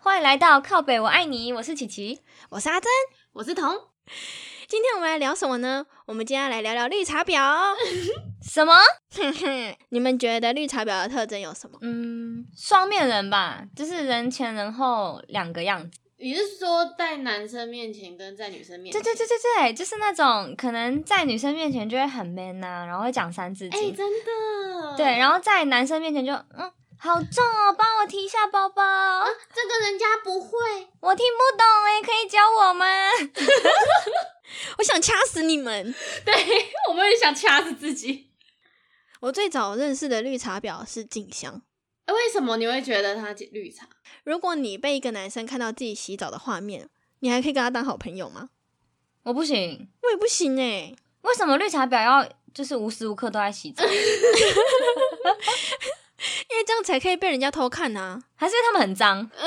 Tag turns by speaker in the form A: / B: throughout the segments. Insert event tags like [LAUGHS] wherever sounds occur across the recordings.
A: 欢迎来到靠北，我爱你，我是琪琪。
B: 我是阿珍。
C: 我是彤，
B: 今天我们来聊什么呢？我们今天要来聊聊绿茶婊。
A: [LAUGHS] 什么？
B: [LAUGHS] 你们觉得绿茶婊的特征有什么？
A: 嗯，双面人吧，就是人前人后两个样子。
C: 你是说在男生面前跟在女生面
A: 对对
C: 前？
A: 对对对，就是那种可能在女生面前就会很 man 呐、然后会讲三字
C: 哎、
A: 经。
C: 真的。
A: 对，然后在男生面前就嗯，好重哦，帮我提一下包包，
B: 啊
C: 这个人家不会，
A: 我听不懂哎，可以教我吗？
B: 我想掐死你们！
C: 对我们也想掐死自己。
B: 我最早认识的绿茶婊是静香。
C: 哎为什么你会觉得他绿茶？
B: 如果你被一个男生看到自己洗澡的画面，你还可以跟他当好朋友吗？
A: 我不行，
B: 我也不行哎、
A: 为什么绿茶婊要就是无时无刻都在洗 [LAUGHS] 澡？
B: 因为这样才可以被人家偷看啊，
A: 还是因为他们很脏？
B: 破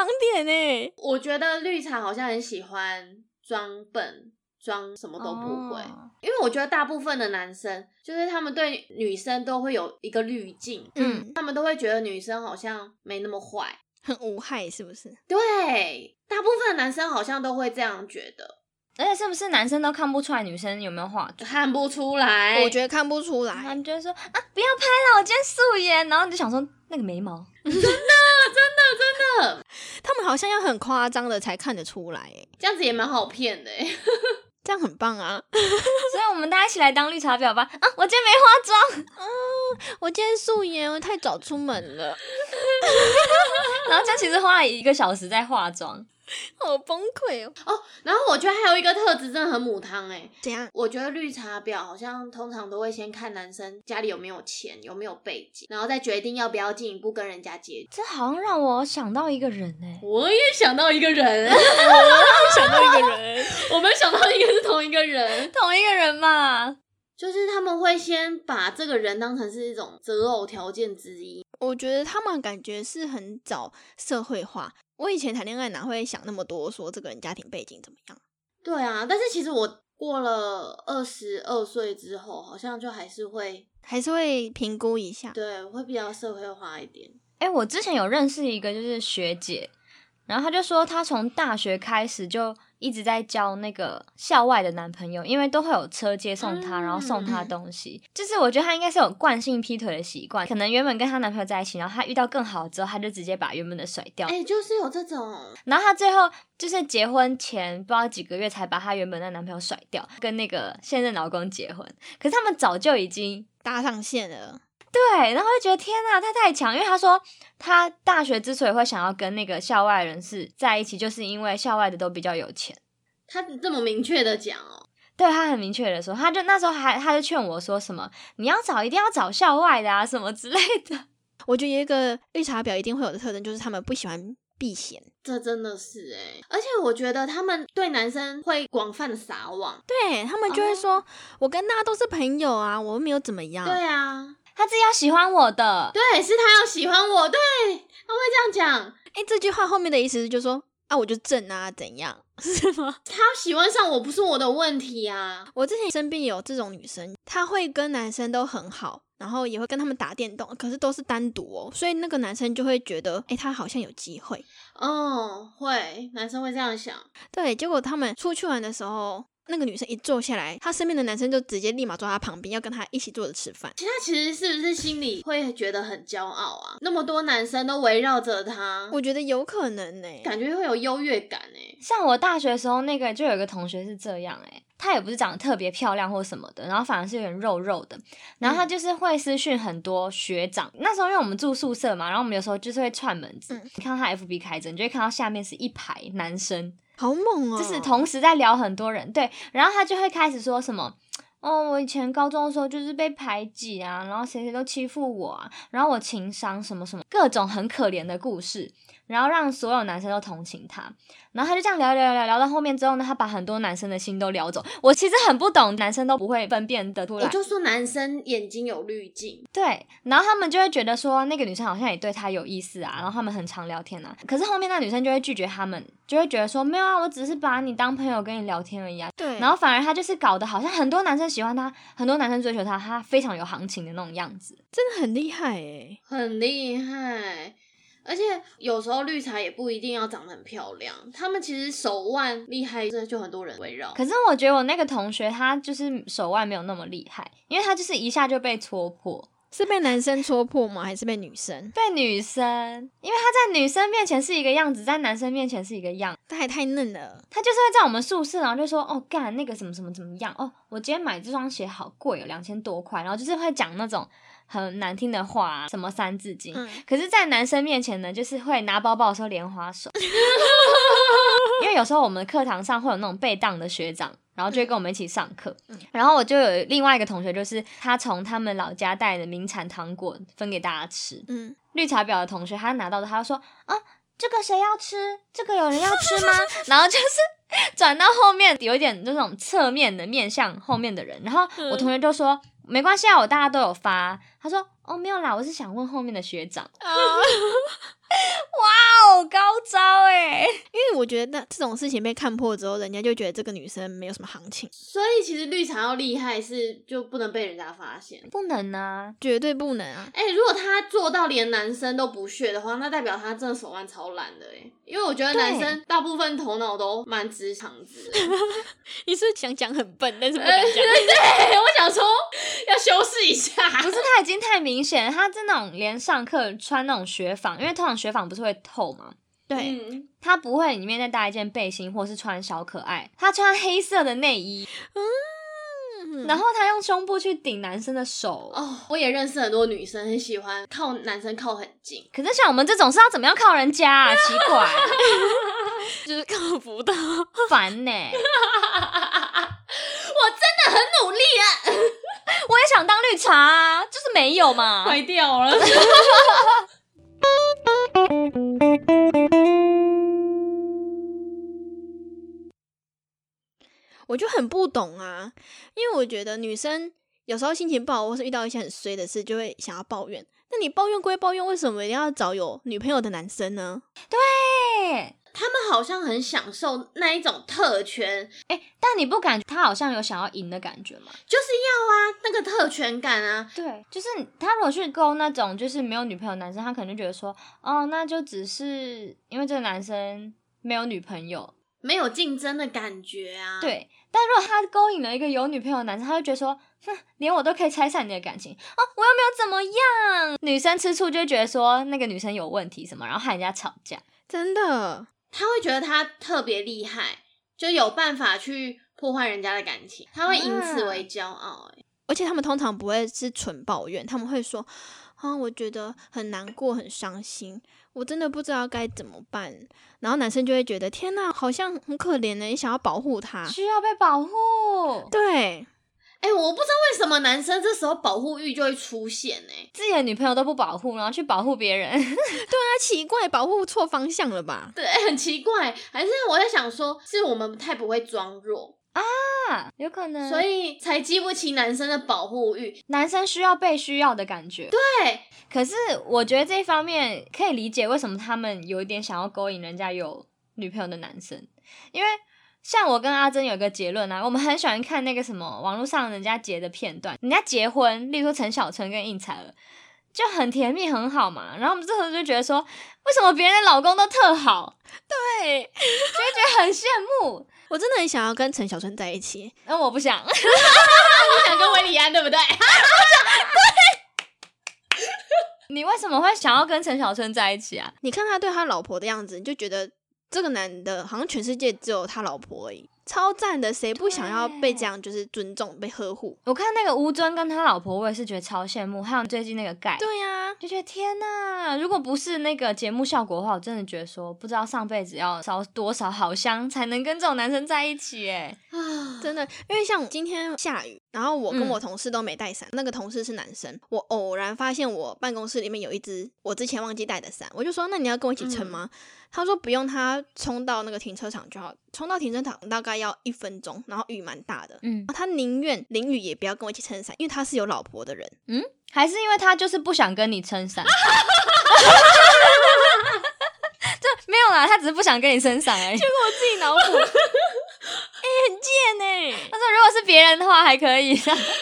B: 盲点哎、
C: 我觉得绿茶好像很喜欢装笨，装什么都不会。
A: 哦
C: 因为我觉得大部分的男生，就是他们对女生都会有一个滤镜，
B: 嗯，
C: 他们都会觉得女生好像没那么坏。
B: 很无害是不是？
C: 对，大部分的男生好像都会这样觉得，
A: 而且是不是男生都看不出来女生有没有化妆？
C: 看不出来。
B: 我觉得看不出
A: 然后
B: 来。
A: 你就会说啊，不要拍了，我今天素颜。然后你就想说那个眉毛， [LAUGHS]
B: 他们好像要很夸张的才看得出来、欸，
C: 这样子也蛮好骗的、欸。
B: 这样很棒啊！ [LAUGHS]
A: 所以我们大家一起来当绿茶婊吧。啊，我今天没化妆，
B: 我今天素颜，我太早出门了，
A: [LAUGHS] 然后就其实花了一个小时在化妆。
B: 好崩溃哦。
C: 然后我觉得还有一个特质真的很母汤哎、
B: 怎样？
C: 我觉得绿茶婊好像通常都会先看男生家里有没有钱，有没有背景，然后再决定要不要进一步跟人家接触。
A: 这好像让我想到一个人哎、
C: 我也想到一个人，
B: 想到一个人，
C: 我们想到一个是同一个人，
A: [LAUGHS] 同一个人嘛。
C: [LAUGHS] 就是他们会先把这个人当成是一种择偶条件之一。
B: 我觉得他们感觉是很早社会化。我以前谈恋爱哪会想那么多，说这个人家庭背景怎么样？
C: 对啊，但是其实我过了二十二岁之后，好像就还是会
B: 还是会评估一下。
C: 对会比较社会化一点。
A: 哎、我之前有认识一个就是学姐，然后她就说她从大学开始就一直在交那个校外的男朋友，因为都会有车接送她，
C: 嗯
A: 然后送她东西。就是我觉得她应该是有惯性劈腿的习惯，可能原本跟她男朋友在一起，然后她遇到更好之后，她就直接把原本的甩掉。
C: 哎、就是有这种，
A: 然后她最后就是结婚前不知道几个月才把她原本的男朋友甩掉，跟那个现任老公结婚。可是他们早就已经
B: 搭上线了，
A: 对，然后就觉得天呐，他太强，因为他说他大学之所以会想要跟那个校外人士在一起，就是因为校外的都比较有钱。
C: 他这么明确的讲哦、
A: 对他很明确的说，他就那时候还他就劝我说什么你要找一定要找校外的啊什么之类的。
B: 我觉得有一个绿茶婊一定会有的特征，就是他们不喜欢避嫌。
C: 这真的是哎、而且我觉得他们对男生会广泛的撒网。
B: 对他们就会说：“我跟大家都是朋友啊，我又没有怎么样。”
C: 对啊，
A: 他自己要喜欢我的，
C: 对，是他要喜欢我，对，他会这样讲。
B: 哎，这句话后面的意思就是说啊，我就正啊，怎样是吗？
C: 他喜欢上我不是我的问题啊，
B: 我之前身边有这种女生，她会跟男生都很好，然后也会跟他们打电动，可是都是单独哦，所以那个男生就会觉得，哎，她好像有机会。
C: 嗯，会，男生会这样想。
B: 对，结果他们出去玩的时候，那个女生一坐下来，她身边的男生就直接立马坐她旁边，要跟她一起坐着吃饭。
C: 其实他其实是不是心里会觉得很骄傲啊？那么多男生都围绕着他，
B: 我觉得有可能欸呢、
C: 感觉会有优越感哎、
A: 像我大学的时候那个就有一个同学是这样哎、欸她也不是长得特别漂亮或什么的，然后反而是有点肉肉的，然后她就是会私讯很多学长。那时候因为我们住宿舍嘛，然后我们有时候就是会串门子，
B: 嗯
A: 你看到她 FB 开着，你就会看到下面是一排男生，
B: 好猛
C: 嗯
B: 哦！
A: 就是同时在聊很多人，对，然后他就会开始说什么。哦，我以前高中的时候就是被排挤啊，然后谁谁都欺负我啊，然后我情商什么什么，各种很可怜的故事，然后让所有男生都同情他，然后他就这样聊聊聊聊到后面之后呢，他把很多男生的心都聊走。我其实很不懂，男生都不会分辨得出
C: 我
A: 来，
C: 就说男生眼睛有滤镜，
A: 对，然后他们就会觉得说那个女生好像也对他有意思啊，然后他们很常聊天啊。可是后面那女生就会拒绝他们，就会觉得说没有啊，我只是把你当朋友跟你聊天而已啊。
B: 对，
A: 然后反而他就是搞得好像很多男生喜欢他，很多男生追求他，他非常有行情的那种样子。
B: 欸真的很厉害哎、
C: 很厉害。而且有时候绿茶也不一定要长得很漂亮，他们其实手腕厉害，这就很多人围绕。
A: 可是我觉得我那个同学他就是手腕没有那么厉害，因为他就是一下就被戳破，
B: 是被男生戳破吗？还是被女生？
A: 被女生，因为他在女生面前是一个样子，在男生面前是一个样，
B: 他还太嫩了，
A: 他就是会在我们宿舍，然后就说哦干那个什么什么怎么样哦，我今天买这双鞋好贵哦，两千多块，然后就是会讲那种很难听的话、啊，什么三字经，
B: 嗯，
A: 可是，在男生面前呢，就是会拿包包的时候莲花
B: [LAUGHS]
A: 手，因为有时候我们课堂上会有那种被当的学长，然后就会跟我们一起上课。
B: 嗯
A: 然后我就有另外一个同学，就是他从他们老家带的名产糖果分给大家吃。
B: 嗯，
A: 绿茶婊的同学，他拿到的，他就说啊，这个谁要吃？这个有人要吃吗？ [LAUGHS] 然后就是转到后面，有一点那种侧面的面向后面的人。然后我同学就说。没关系啊，我大家都有发。他说：“哦，没有啦，我是想问后面的学长。” [LAUGHS] 哦，高招哎、
B: 因为我觉得那这种事情被看破之后，人家就觉得这个女生没有什么行情，
C: 所以其实绿茶要厉害是就不能被人家发现。
A: 不能啊！
B: 绝对不能啊！
C: 哎、如果他做到连男生都不屑的话，那代表他真的手腕超烂的哎、因为我觉得男
A: 对
C: 生大部分头脑都蛮直肠子的。
A: [LAUGHS]
B: 你是想讲很笨， [LAUGHS] 但是不
C: 呃，对对，我想说要修饰一下。
A: 不是他已经太明显了，他这种连上课穿那种雪纺，因为通常雪纺不是会透嘛，
B: 对，
C: 嗯，
A: 他不会里面再搭一件背心，或是穿小可爱，他穿黑色的内衣，
B: 嗯
A: 然后他用胸部去顶男生的手。
C: 哦，我也认识很多女生很喜欢靠男生靠很近， [LAUGHS]
A: 可是像我们这种是要怎么样靠人家啊？奇怪，
B: 就是靠不到，
A: 烦呢、
C: 真的很努力啊，
A: 我也想当绿茶、啊，就是没有嘛。
C: [LAUGHS] 坏掉了。
B: 我就很不懂啊，因为我觉得女生有时候心情不好，或是遇到一些很衰的事，就会想要抱怨。那你抱怨归抱怨，为什么一定要找有女朋友的男生呢？
A: 对，
C: 他们好像很享受那一种特权，
A: 哎，但你不感觉他好像有想要赢的感觉吗？
C: 就是要啊那个特权感啊。
A: 对，就是他如果去勾那种就是没有女朋友的男生，他可能就觉得说，哦，那就只是因为这个男生没有女朋友，
C: 没有竞争的感觉啊！，
A: 对。但如果他勾引了一个有女朋友的男生，他就觉得说，哼，连我都可以拆散你的感情哦，我又没有怎么样。女生吃醋就会觉得说那个女生有问题什么，然后害人家吵架。
B: 真的，
C: 他会觉得他特别厉害，就有办法去破坏人家的感情，他会以此为骄傲、欸。
B: 而且他们通常不会是纯抱怨，他们会说：“啊，我觉得很难过，很伤心，我真的不知道该怎么办。”然后男生就会觉得：“天呐，好像很可怜呢，你想要保护
C: 啊
B: 他。
A: 需要被保护，”
B: 对，
C: 哎、我不知道为什么男生这时候保护欲就会出现哎、
A: 自己的女朋友都不保护，然后去保护别人， [LAUGHS]
B: 他奇怪，保护错方向了吧？
C: 对， [LAUGHS] 很奇怪，还是我在想说，是我们太不会装弱，
A: 啊有可能。
C: 所以才激不起男生的保护欲。
A: 男生需要被需要的感觉。
C: 对，
A: 可是我觉得这一方面可以理解为什么他们有一点想要勾引人家有女朋友的男生，因为像我跟阿珍有一个结论啊，我们很喜欢看那个什么网络上人家结的片段，人家结婚，例如说陈小春跟应采儿。就很甜蜜，很好嘛。然后我们这时候就觉得说，为什么别人的老公都特好，就会
B: 对，
A: 觉得很羡慕。
B: 我真的很想要跟陈小春在一起。
A: 那我不想，
C: 你想跟维里安对不对？
A: 你为什么会想要跟陈小春在一起啊？
B: 你看他对他老婆的样子，你就觉得这个男的好像全世界只有他老婆而已，超赞的，谁不想要被这样就是尊重、被呵护？
A: 我看那个吴尊跟他老婆，我也是觉得超羡慕。还有最近那个盖，
B: 对呀、
A: 就觉得天呐，如果不是那个节目效果的话，我真的觉得说，不知道上辈子要烧多少好香才能跟这种男生在一起哎。
C: [LAUGHS] 啊，
B: 真的，因为像今天下雨，然后我跟
A: 嗯
B: 我同事都没带伞，那个同事是男生，我偶然发现我办公室里面有一只我之前忘记带的伞，我就说那你要跟我一起撑吗？他说不用，他冲到那个停车场就好，冲到停车场大概要一分钟，然后雨蛮大的。
A: 嗯，
B: 他宁愿淋雨也不要跟我一起撑伞，因为他是有老婆的人。
A: 还是因为他就是不想跟你撑伞。 [LAUGHS] 这没有啦，他只是不想跟你撑伞而已。欸
B: 我自己脑补，
A: [LAUGHS]
B: 哎、很贱哎、
A: 但是欸如果是别人的话，还可
B: [LAUGHS]
A: 以。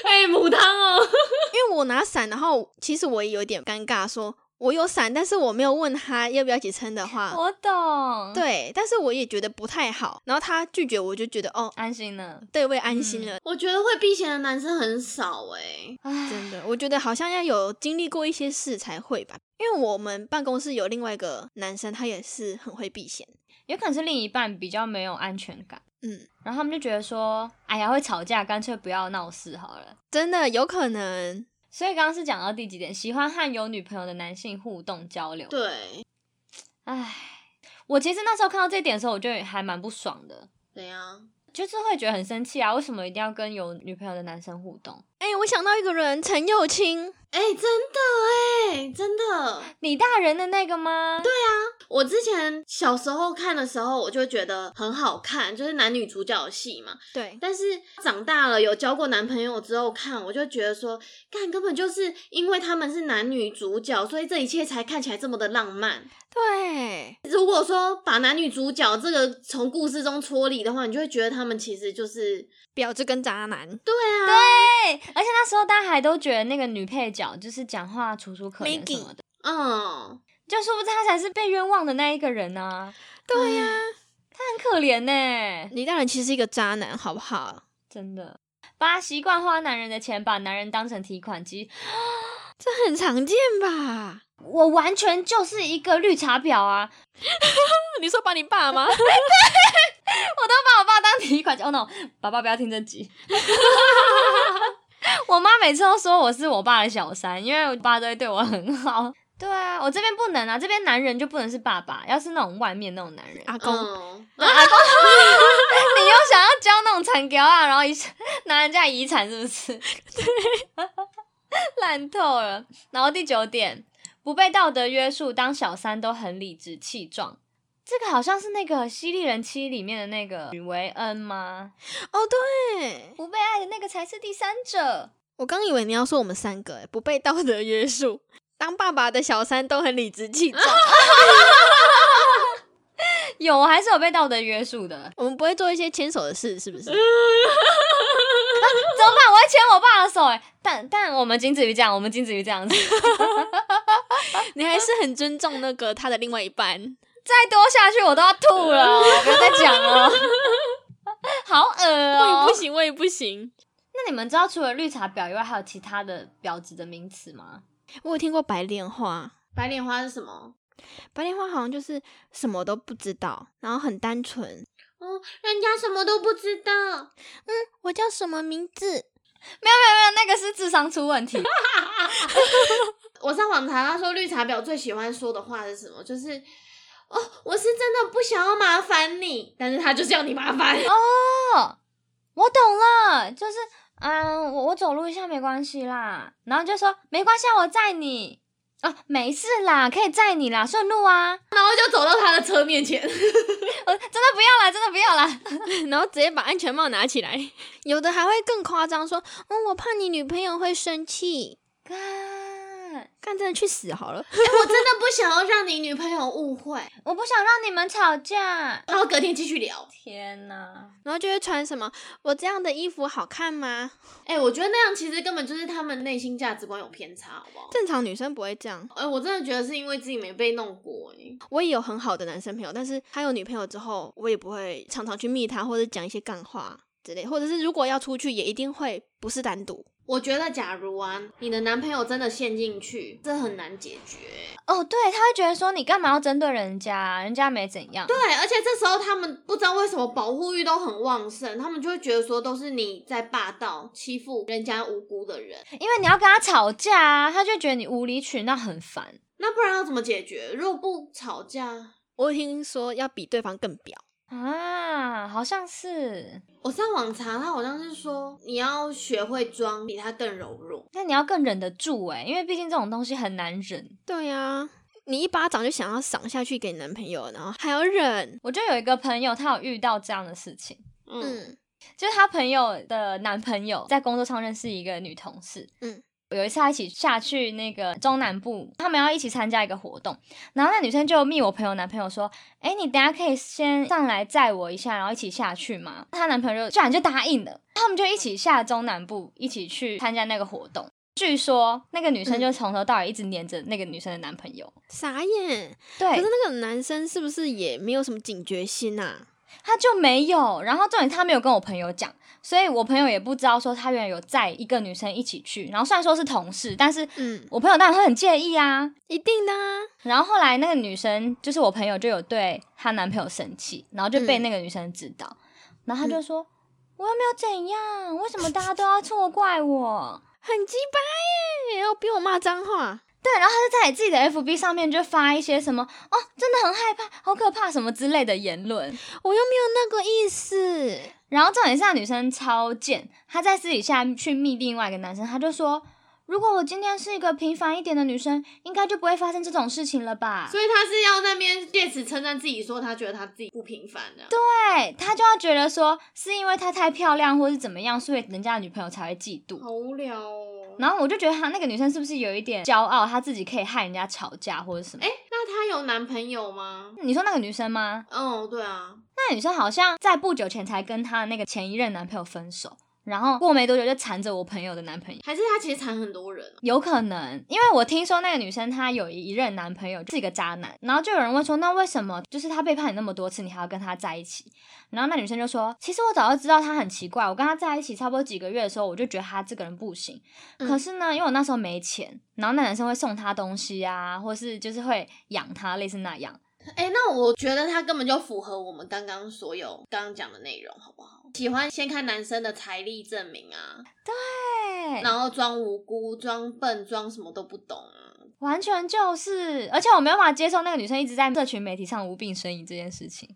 C: 哎、母汤哦，
B: 因为我拿伞，然后其实我也有点尴尬说。我有伞，但是我没有问他要不要一起撑的话，
A: 我懂，，
B: 对，但是我也觉得不太好。然后他拒绝，我就觉得哦，
A: 安心了，
B: 对，我也安心了。
C: 我觉得会避嫌的男生很少哎、
A: 唉，
B: 真的，我觉得好像要有经历过一些事才会吧。因为我们办公室有另外一个男生，他也是很会避嫌。
A: 有可能是另一半比较没有安全感，
B: 嗯，
A: 然后他们就觉得说，哎呀，会吵架，干脆不要闹事好了。
B: 真的有可能。
A: 所以刚刚是讲到第几点？喜欢和有女朋友的男性互动交流。
C: 对，
A: 唉，我其实那时候看到这点的时候，我就还蛮不爽的，
C: 怎样？
A: 就是会觉得很生气啊，为什么一定要跟有女朋友的男生互动？
B: 哎、我想到一个人，陈幼卿，
C: 哎、真的哎、真的。
A: 你大人的那个吗？对，
C: 我之前小时候看的时候，我就觉得很好看，就是男女主角的戏嘛。
B: 对，
C: 但是长大了有交过男朋友之后看，我就觉得说，干根本就是因为他们是男女主角，所以这一切才看起来这么的浪漫。
B: 对，
C: 如果说把男女主角这个从故事中脱离的话，你就会觉得他们其实就是
B: 婊子跟渣男，
C: 对啊，
A: 而且那时候大家还都觉得那个女配角就是讲话楚楚可怜
B: Maggie
A: 什么的，
C: 嗯，
A: 就殊不知她才是被冤枉的那一个人啊，
B: 对呀、
A: 她很可怜呢、
B: 李大人其实是一个渣男，好不好？
A: 真的。八习惯花男人的钱，把男人当成提款机，
B: 这很常见吧？
A: 我完全就是一个绿茶婊啊！ [LAUGHS]
B: [LAUGHS] 你说把你爸吗？
A: 我都把我爸当提款机。哦、no，爸爸不要听这集。 [LAUGHS] 我妈每次都说我是我爸的小三，因为我爸都会对我很好。 [LAUGHS] 对啊，我这边不能啊，这边男人就不能是爸爸，要是那种外面那种男人，
B: 阿公，
C: 嗯，
A: 你又想要交那种残条啊，然后遗产拿人家遗产是不是？ [LAUGHS] 烂透了。然后第九点，不被道德约束，当小三都很理直气壮。这个好像是那个《犀利人妻》里面的那个许维恩吗？
B: 哦，对，
A: 不被爱的那个才是第三者。
B: 我刚以为你要说我们三个欸不被道德约束， [LAUGHS] 当爸爸的小三都很理直气壮，
A: 有，我还是有被道德约束的。
B: 我们不会做一些牵手的事，是不是？
A: 怎么办？我会牵我爸的手哎、但但我们仅止于这样，我们仅止于这 [LAUGHS] 样子。
B: 你还是很尊重那个他的另外一半。
A: 再多下去我都要吐了，不要再讲 [LAUGHS] 了，好恶
B: 我
A: 哦、
B: 也不行，我也不行。
A: 那你们知道除了绿茶婊以外，还有其他的婊子的名词吗？
B: 我有听过白莲花，
C: 白莲花是什么？
B: 白莲花好像就是什么都不知道，然后很单纯。
C: 哦，人家什么都不知道，
B: 我叫什么名字？
A: 没有没有，那个是智商出问题。
C: 我上网查到说，绿茶婊最喜欢说的话是什么？就是哦，我是真的不想要麻烦你，但是他就是要你麻烦。
A: [LAUGHS] 哦，我懂了，就是嗯，我我走路一下没关系啦，然后就说没关系，啊，我载你啊，没事啦，可以载你啦，顺路啊，
C: 然后就走到他的车面
A: [LAUGHS]
C: 前。
A: 我真的不要啦，真的不要啦。
B: [LAUGHS] 然后直接把安全帽拿起来。有的还会更夸张，说：“嗯，我怕你女朋友会生气。
A: 干”
B: 干，真的去死好了。
C: [LAUGHS] 我真的不想要让你女朋友误会，
A: 我不想让你们吵架。
C: 然后隔天继续聊。
A: 天哪！
B: 然后就会穿什么“我这样的衣服好看吗
C: 哎、我觉得那样其实根本就是他们内心价值观有偏差，好不”？好？
B: 正常女生不会这样。
C: 哎、我真的觉得是因为自己没被弄过、哎，
B: 我也有很好的男生朋友，但是他有女朋友之后，我也不会常常去密他，或者讲一些干话之类，或者是如果要出去，也一定会不是单独。
C: 我觉得假如啊，你的男朋友真的陷进去，这很难解决、哎
A: 哦，对，他会觉得说你干嘛要针对人家，人家没怎样。对
C: 对，而且这时候他们不知道为什么保护欲都很旺盛，他们就会觉得说都是你在霸道欺负人家无辜的人，
A: 因为你要跟他吵架啊，他就觉得你无理取闹很烦。
C: 那不然要怎么解决？如果不吵架，
B: 我有听说要比对方更婊，
A: 啊，好像是。
C: 我上网查，他好像是说你要学会装比他更柔弱。
A: 那你要更忍得住哎、因为毕竟这种东西很难忍。
B: 对呀、你一巴掌就想要赏下去给你男朋友，然后还要忍，
A: 我就有一个朋友，他有遇到这样的事情，
C: 嗯，
B: 嗯，
A: 就是他朋友的男朋友在工作上认识一个女同事，
B: 嗯。
A: 有一次他一起下去那个中南部，他们要一起参加一个活动，然后那女生就密我朋友男朋友说：“哎、你等一下可以先上来载我一下，然后一起下去吗？”她男朋友就居然就答应了，他们就一起下中南部，一起去参加那个活动。据说那个女
B: 嗯
A: 生就从头到尾一直黏着那个女生的男朋友。
B: 傻眼。可
A: 对
B: 是，那个男生是不是也没有什么警觉心啊？
A: 他就没有。然后重点他没有跟我朋友讲，所以我朋友也不知道说他原来有载一个女生一起去。然后虽然说是同事，但是
B: 嗯，
A: 我朋友当然会很介意啊。
B: 一定的啊。
A: 然后后来那个女生就是我朋友就有对她男朋友生气，然后就被
B: 嗯
A: 那个女生知道，然后她就说。我又没有怎样，为什么大家都要错怪我？
B: 很鸡掰耶，要逼我骂脏话。
A: 对，然后她就在自己的 FB 上面就发一些什么哦，真的很害怕，好可怕什么之类的言论。
B: 我又没有那个意思。
A: 然后重点是那女生超贱，她在私底下去密另外一个男生，她就说：“如果我今天是一个平凡一点的女生，应该就不会发生这种事情了吧
C: 所以他是要那边借此称赞自己，说他觉得他自己不平凡的。？”啊
A: 对，她就要觉得说是因为她太漂亮或是怎么样，所以人家的女朋友才会嫉妒。
C: 好无聊哦。
A: 然后我就觉得她那个女生是不是有一点骄傲，她自己可以害人家吵架或者什么？
C: 哎、那她有男朋友吗？
A: 你说那个女生吗？
C: 哦，对啊，
A: 那女生好像在不久前才跟她的那个前一任男朋友分手，然后过没多久就缠着我朋友的男朋友。
C: 还是她其实缠很多人。
A: 有可能，因为我听说那个女生她有一任男朋友就是一个渣男，然后就有人问说，那为什么就是他背叛你那么多次，你还要跟他在一起？然后那女生就说，其实我早就知道他很奇怪，我跟他在一起差不多几个月的时候，我就觉得他这个人不行。
B: 嗯
A: 可是呢，因为我那时候没钱，然后那男生会送他东西啊，或是就是会养他，类似那样。
C: 哎、那我觉得她根本就符合我们刚刚所有刚刚讲的内容，好不好？喜欢先看男生的财力证明啊，
A: 对，
C: 然后装无辜、装笨、装什么都不懂啊。
A: 完全就是，而且我没办法接受那个女生一直在社群媒体上无病呻吟这件事情。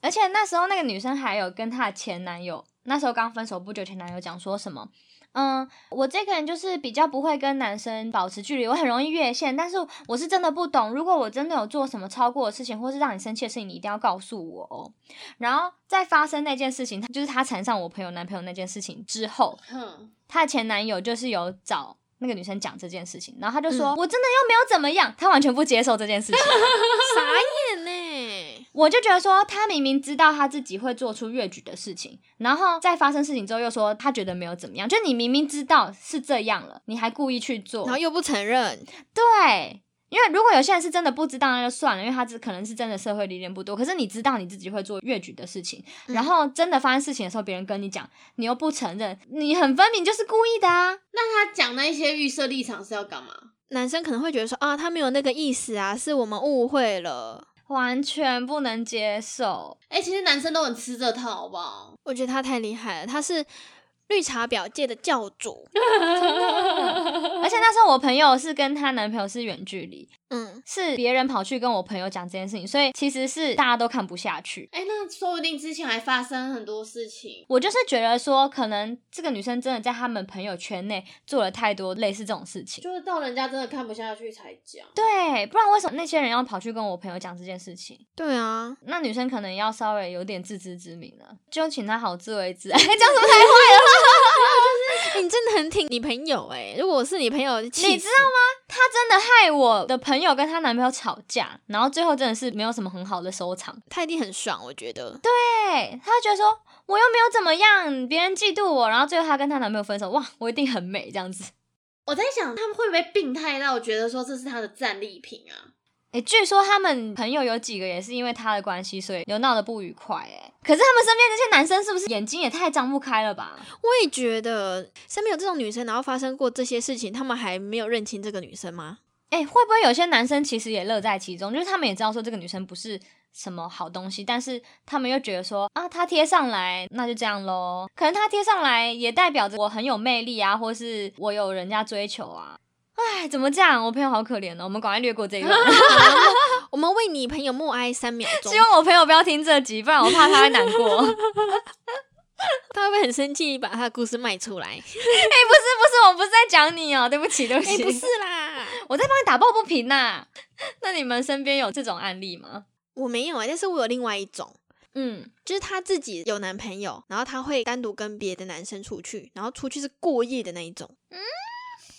A: 而且那时候那个女生还有跟她的前男友，那时候刚分手不久，前男友讲说什么？嗯，我这个人就是比较不会跟男生保持距离，我很容易越线，但是我是真的不懂，如果我真的有做什么超过的事情，或是让你生气的事情，你一定要告诉我哦。然后在发生那件事情，就是她缠上我朋友男朋友那件事情之后，
C: 哼，
A: 她的前男友就是有找那个女生讲这件事情，然后她就
B: 嗯
A: 说、我真的又没有怎么样，她完全不接受这件事情。 [LAUGHS]
B: 傻眼呢。
A: 我就觉得说，她明明知道她自己会做出越矩的事情，然后在发生事情之后又说她觉得没有怎么样，就你明明知道是这样了，你还故意去做
B: 然，后又不承认，
A: 对。因为如果有些人是真的不知道，那就算了，因为他只可能是真的社会历练不多。可是你知道你自己会做越矩的事情，
B: 嗯
A: 然后真的发生事情的时候，别人跟你讲，你又不承认，你很分明就是故意的啊。
C: 那她讲那些预设立场是要干嘛？
B: 男生可能会觉得说啊，他没有那个意思啊，是我们误会了。
A: 完全不能接受。
C: 哎、其实男生都很吃这套，好不好？
B: 我觉得他太厉害了，他是绿茶婊界的教主。
A: 嗯而且那时候我朋友是跟她男朋友是远距离，
B: 嗯，
A: 是别人跑去跟我朋友讲这件事情，所以其实是大家都看不下去。
C: 哎、那说不定之前还发生很多事情。
A: 我就是觉得说，可能这个女生真的在他们朋友圈内做了太多类似这种事情。
C: 就是到人家真的看不下去才讲，
A: 对，不然为什么那些人要跑去跟我朋友讲这件事情？
B: 对啊，
A: 那女生可能要稍微有点自知之明了，就请她好自为之。 [LAUGHS] 哎，这样
B: 欸你真的很挺你朋友哎、如果我是你朋友，你
A: 你知道吗？她真的害我的朋友跟她男朋友吵架，然后最后真的是没有什么很好的收场。
B: 他一定很爽，我觉得。
A: 对，她就觉得说我又没有怎么样，别人嫉妒我，然后最后她跟她男朋友分手，哇，我一定很美这样子。
C: 我在想他们会不会病态到觉得说这是他的战利品啊？
A: 诶，据说他们朋友有几个也是因为她的关系，所以有闹得不愉快。诶，可是他们身边这些男生是不是眼睛也太张不开了吧？
B: 我也觉得身边有这种女生，然后发生过这些事情，他们还没有认清这个女
A: [LAUGHS]
B: 生吗？
A: 诶，会不会有些男生其实也乐在其中，就是他们也知道说这个女生不是什么好东西，但是他们又觉得说啊，她贴上来那就这样喽。可能她贴上来也代表着我很有魅力啊，或是我有人家追求啊。哎，怎么这样？我朋友好可怜哦，我们赶快略过这一
B: [LAUGHS]
A: 段，
B: 我们为你朋友默哀三秒钟
A: 希，望我朋友不要听这集，不然我怕他会难过。 [LAUGHS]
B: 他会不会很生气，把他的故事卖出来？
A: 哎、不是不是，我不是在讲你哦，对不起对不
B: 哎、
A: 起，
B: 不是啦，
A: 我在帮你打抱不平呐、 [LAUGHS] 那你们身边有这种案例吗？
B: 我没有哎、但是我有另外一种，
A: 嗯，
B: 就是她自己有男朋友，然后她会单独跟别的男生出去，然后出去是过夜的那一种。嗯，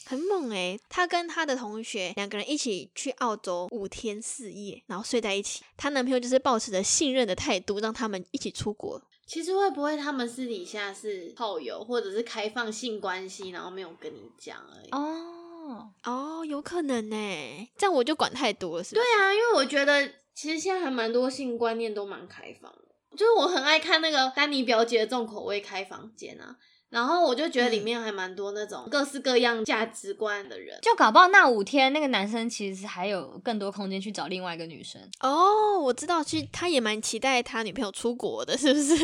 B: 很猛诶、她跟她的同学两个人一起去澳洲五天四夜，然后睡在一起。她男朋友就是抱持着信任的态度，让他们一起出国。
C: 其实会不会他们私底下是炮友，或者是开放性关系，然后没有跟你讲而已？
A: 哦，
B: 哦，有可能呢、欸这样我就管太多了，是不
C: 对
B: 是？
C: 啊，因为我觉得其实现在还蛮多性观念都蛮开放的，就是我很爱看那个丹尼表姐的重口味开房间啊，然后我就觉得里面还蛮多那种各式各样价值观的人。 [LAUGHS]
A: 就搞不好那五天那个男生其实还有更多空间去找另外一个女生。
B: 哦，我知道，其实他也蛮期待他女朋友出国的，是不 [LAUGHS] 是？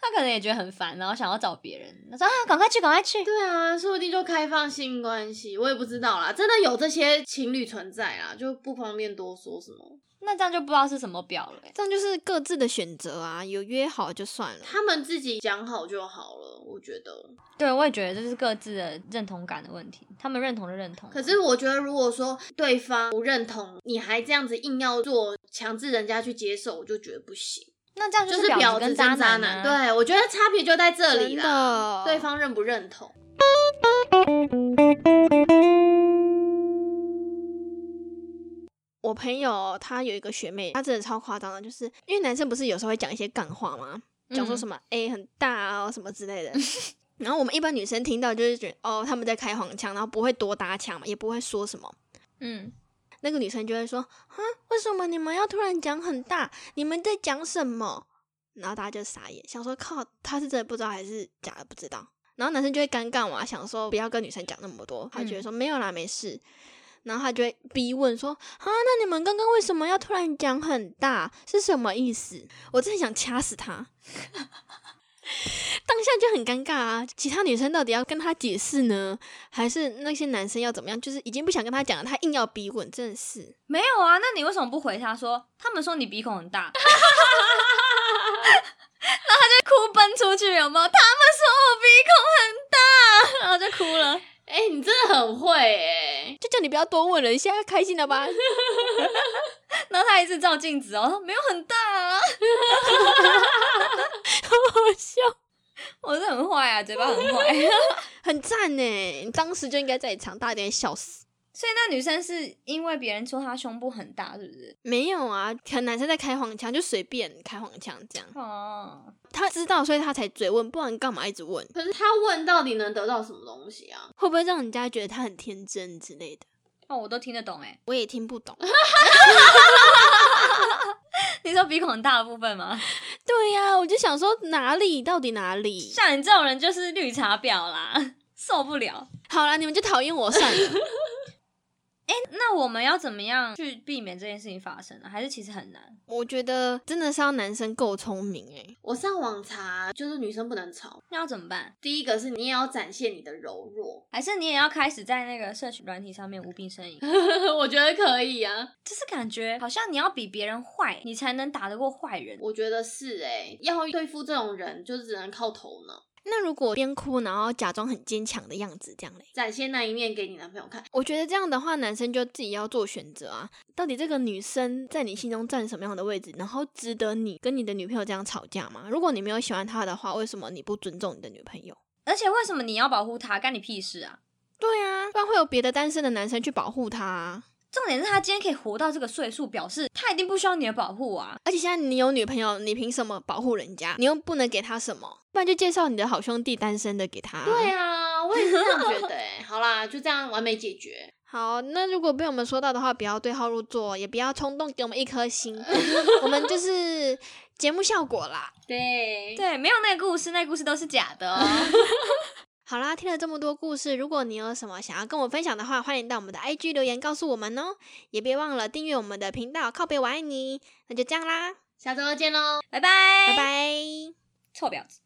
A: 他可能也觉得很烦，然后想要找别人。他说啊，赶快去，赶快去。
C: 对啊，说不定就开放性关系，我也不知道啦，真的有这些情侣存在啦，就不方便多说什么。
A: 那这样就不知道是什么表了、欸。
B: 这样就是各自的选择啊，有约好就算了。
C: 他们自己讲好就好了，我觉得。
A: 对，我也觉得这是各自的认同感的问题，他们认同就认同。啊
C: 可是我觉得，如果说对方不认同，你还这样子硬要做，强制人家去接受，我就觉得不行。
A: 那这样
C: 就是婊
A: 婊
C: 子
A: 跟
C: 跟
A: 渣
C: 渣
A: 男、啊，
C: 男，，对我觉得差别就在这里
B: 真的
C: 啦。对方认不认同？
B: 我朋友她有一个学妹，她真的超夸张的，就是因为男生不是有时候会讲一些干话吗？讲说什
A: 么？
B: 么 A、欸很大哦什么之类的。然后我们一般女生听到就是觉得哦他们在开黄腔，然后不会多搭腔嘛，也不会说什么。
A: 嗯，
B: 那个女生就会说啊，为什么你们要突然讲很大？你们在讲什么？然后大家就傻眼，想说靠，他是真的不知道还是假的不知道。然后男生就会尴尬嘛，想说不要跟女生讲那么多，他觉得说、没有啦，没事。然后他就会逼问说啊，那你们刚刚为什么要突然讲很大？是什么意思？我真的想掐死他。 [LAUGHS] 当下就很尴尬啊！其他女生到底要跟他解释呢，还是那些男生要怎么样？就是已经不想跟他讲了，他硬要逼问，真的是。
A: 没有啊，那你为什么不回他说？他们说你鼻孔很
C: [LAUGHS]
A: 大，然后他就哭奔出去，有没有？他们说我鼻孔很大，然后就哭了。
C: 哎、你真的很会哎、
B: 就叫你不要多问了，你现在开心了吧？ [LAUGHS]
A: 然后他一直照镜子哦，说没有很大啊，
B: 好笑，
A: 我是很坏啊，嘴巴很坏。 [LAUGHS]
B: 很赞呢！你当时就应该在场，大点笑死。
A: 所以那女生是因为别人说她胸部很大，是不是？
B: 没有啊，可能男生在开黄腔，就随便开黄腔这样。
A: 哦，
B: 他知道，所以他才追问，不然干嘛一直问？
C: 可是他问到底能得到什么东西啊？
B: 会不会让人家觉得他很天真之类的？
A: 哦，我都听得懂哎。
B: 我也听不懂。
A: [LAUGHS]
B: [LAUGHS]
A: 你说鼻孔很大的部分吗？
B: 对呀、我就想说哪里到底哪里？
A: 像你这种人就是绿茶婊啦，受不了。
B: 好啦，你们就讨厌我算了。 [LAUGHS]
A: 那我们要怎么样去避免这件事情发生呢、还是其实很难？
B: 我觉得真的是要男生够聪明欸诶、
C: 我上网查，就是女生不能吵。
A: 那要怎么办？
C: 第一个是你也要展现你的柔弱，
A: 还是你也要开始在那个社群软体上面无病呻吟？ [LAUGHS]
C: [LAUGHS] 我觉得可以啊。
A: 就是感觉好像你要比别人坏，你才能打得过坏人。
C: 我觉得是哎、要对付这种人，就只能靠头脑，
B: 那如果边哭然后假装很坚强的样子，这样嘞？
C: 展现那一面给你男朋友看。
B: 我觉得这样的话，男生就自己要做选择啊，到底这个女生在你心中占什么样的位置，然后值得你跟你的女朋友这样吵架吗？如果你没有喜欢她的话，为什么你不尊重你的女朋友？
A: 而且为什么你要保护他？干你屁事啊！
B: 对啊，不然会有别的单身的男生去保护她、啊。
A: 重点是他今天可以活到这个岁数，表示他一定不需要你的保护啊！
B: 而且现在你有女朋友，你凭什么保护人家？你又不能给她什么，不然就介绍你的好兄弟单身的给她。
C: 对啊，我也是这样觉得哎、 [LAUGHS] 好啦，就这样完美解决。
B: 好，那如果被我们说到的话，不要对号入座，也不要冲动给我们一
C: [LAUGHS]
B: 颗星，我们就是节目效果啦。
C: 对，
A: 对，没有那个故事，那个故事都是假的哦。
B: 好啦，听了这么多故事，如果你有什么想要跟我分享的话，欢迎到我们的 IG 留言告诉我们哦，也别忘了订阅我们的频道“靠北我爱你”。那就这样啦，
C: 下周见喽。
A: 拜拜，
B: 拜拜。
A: 臭婊子。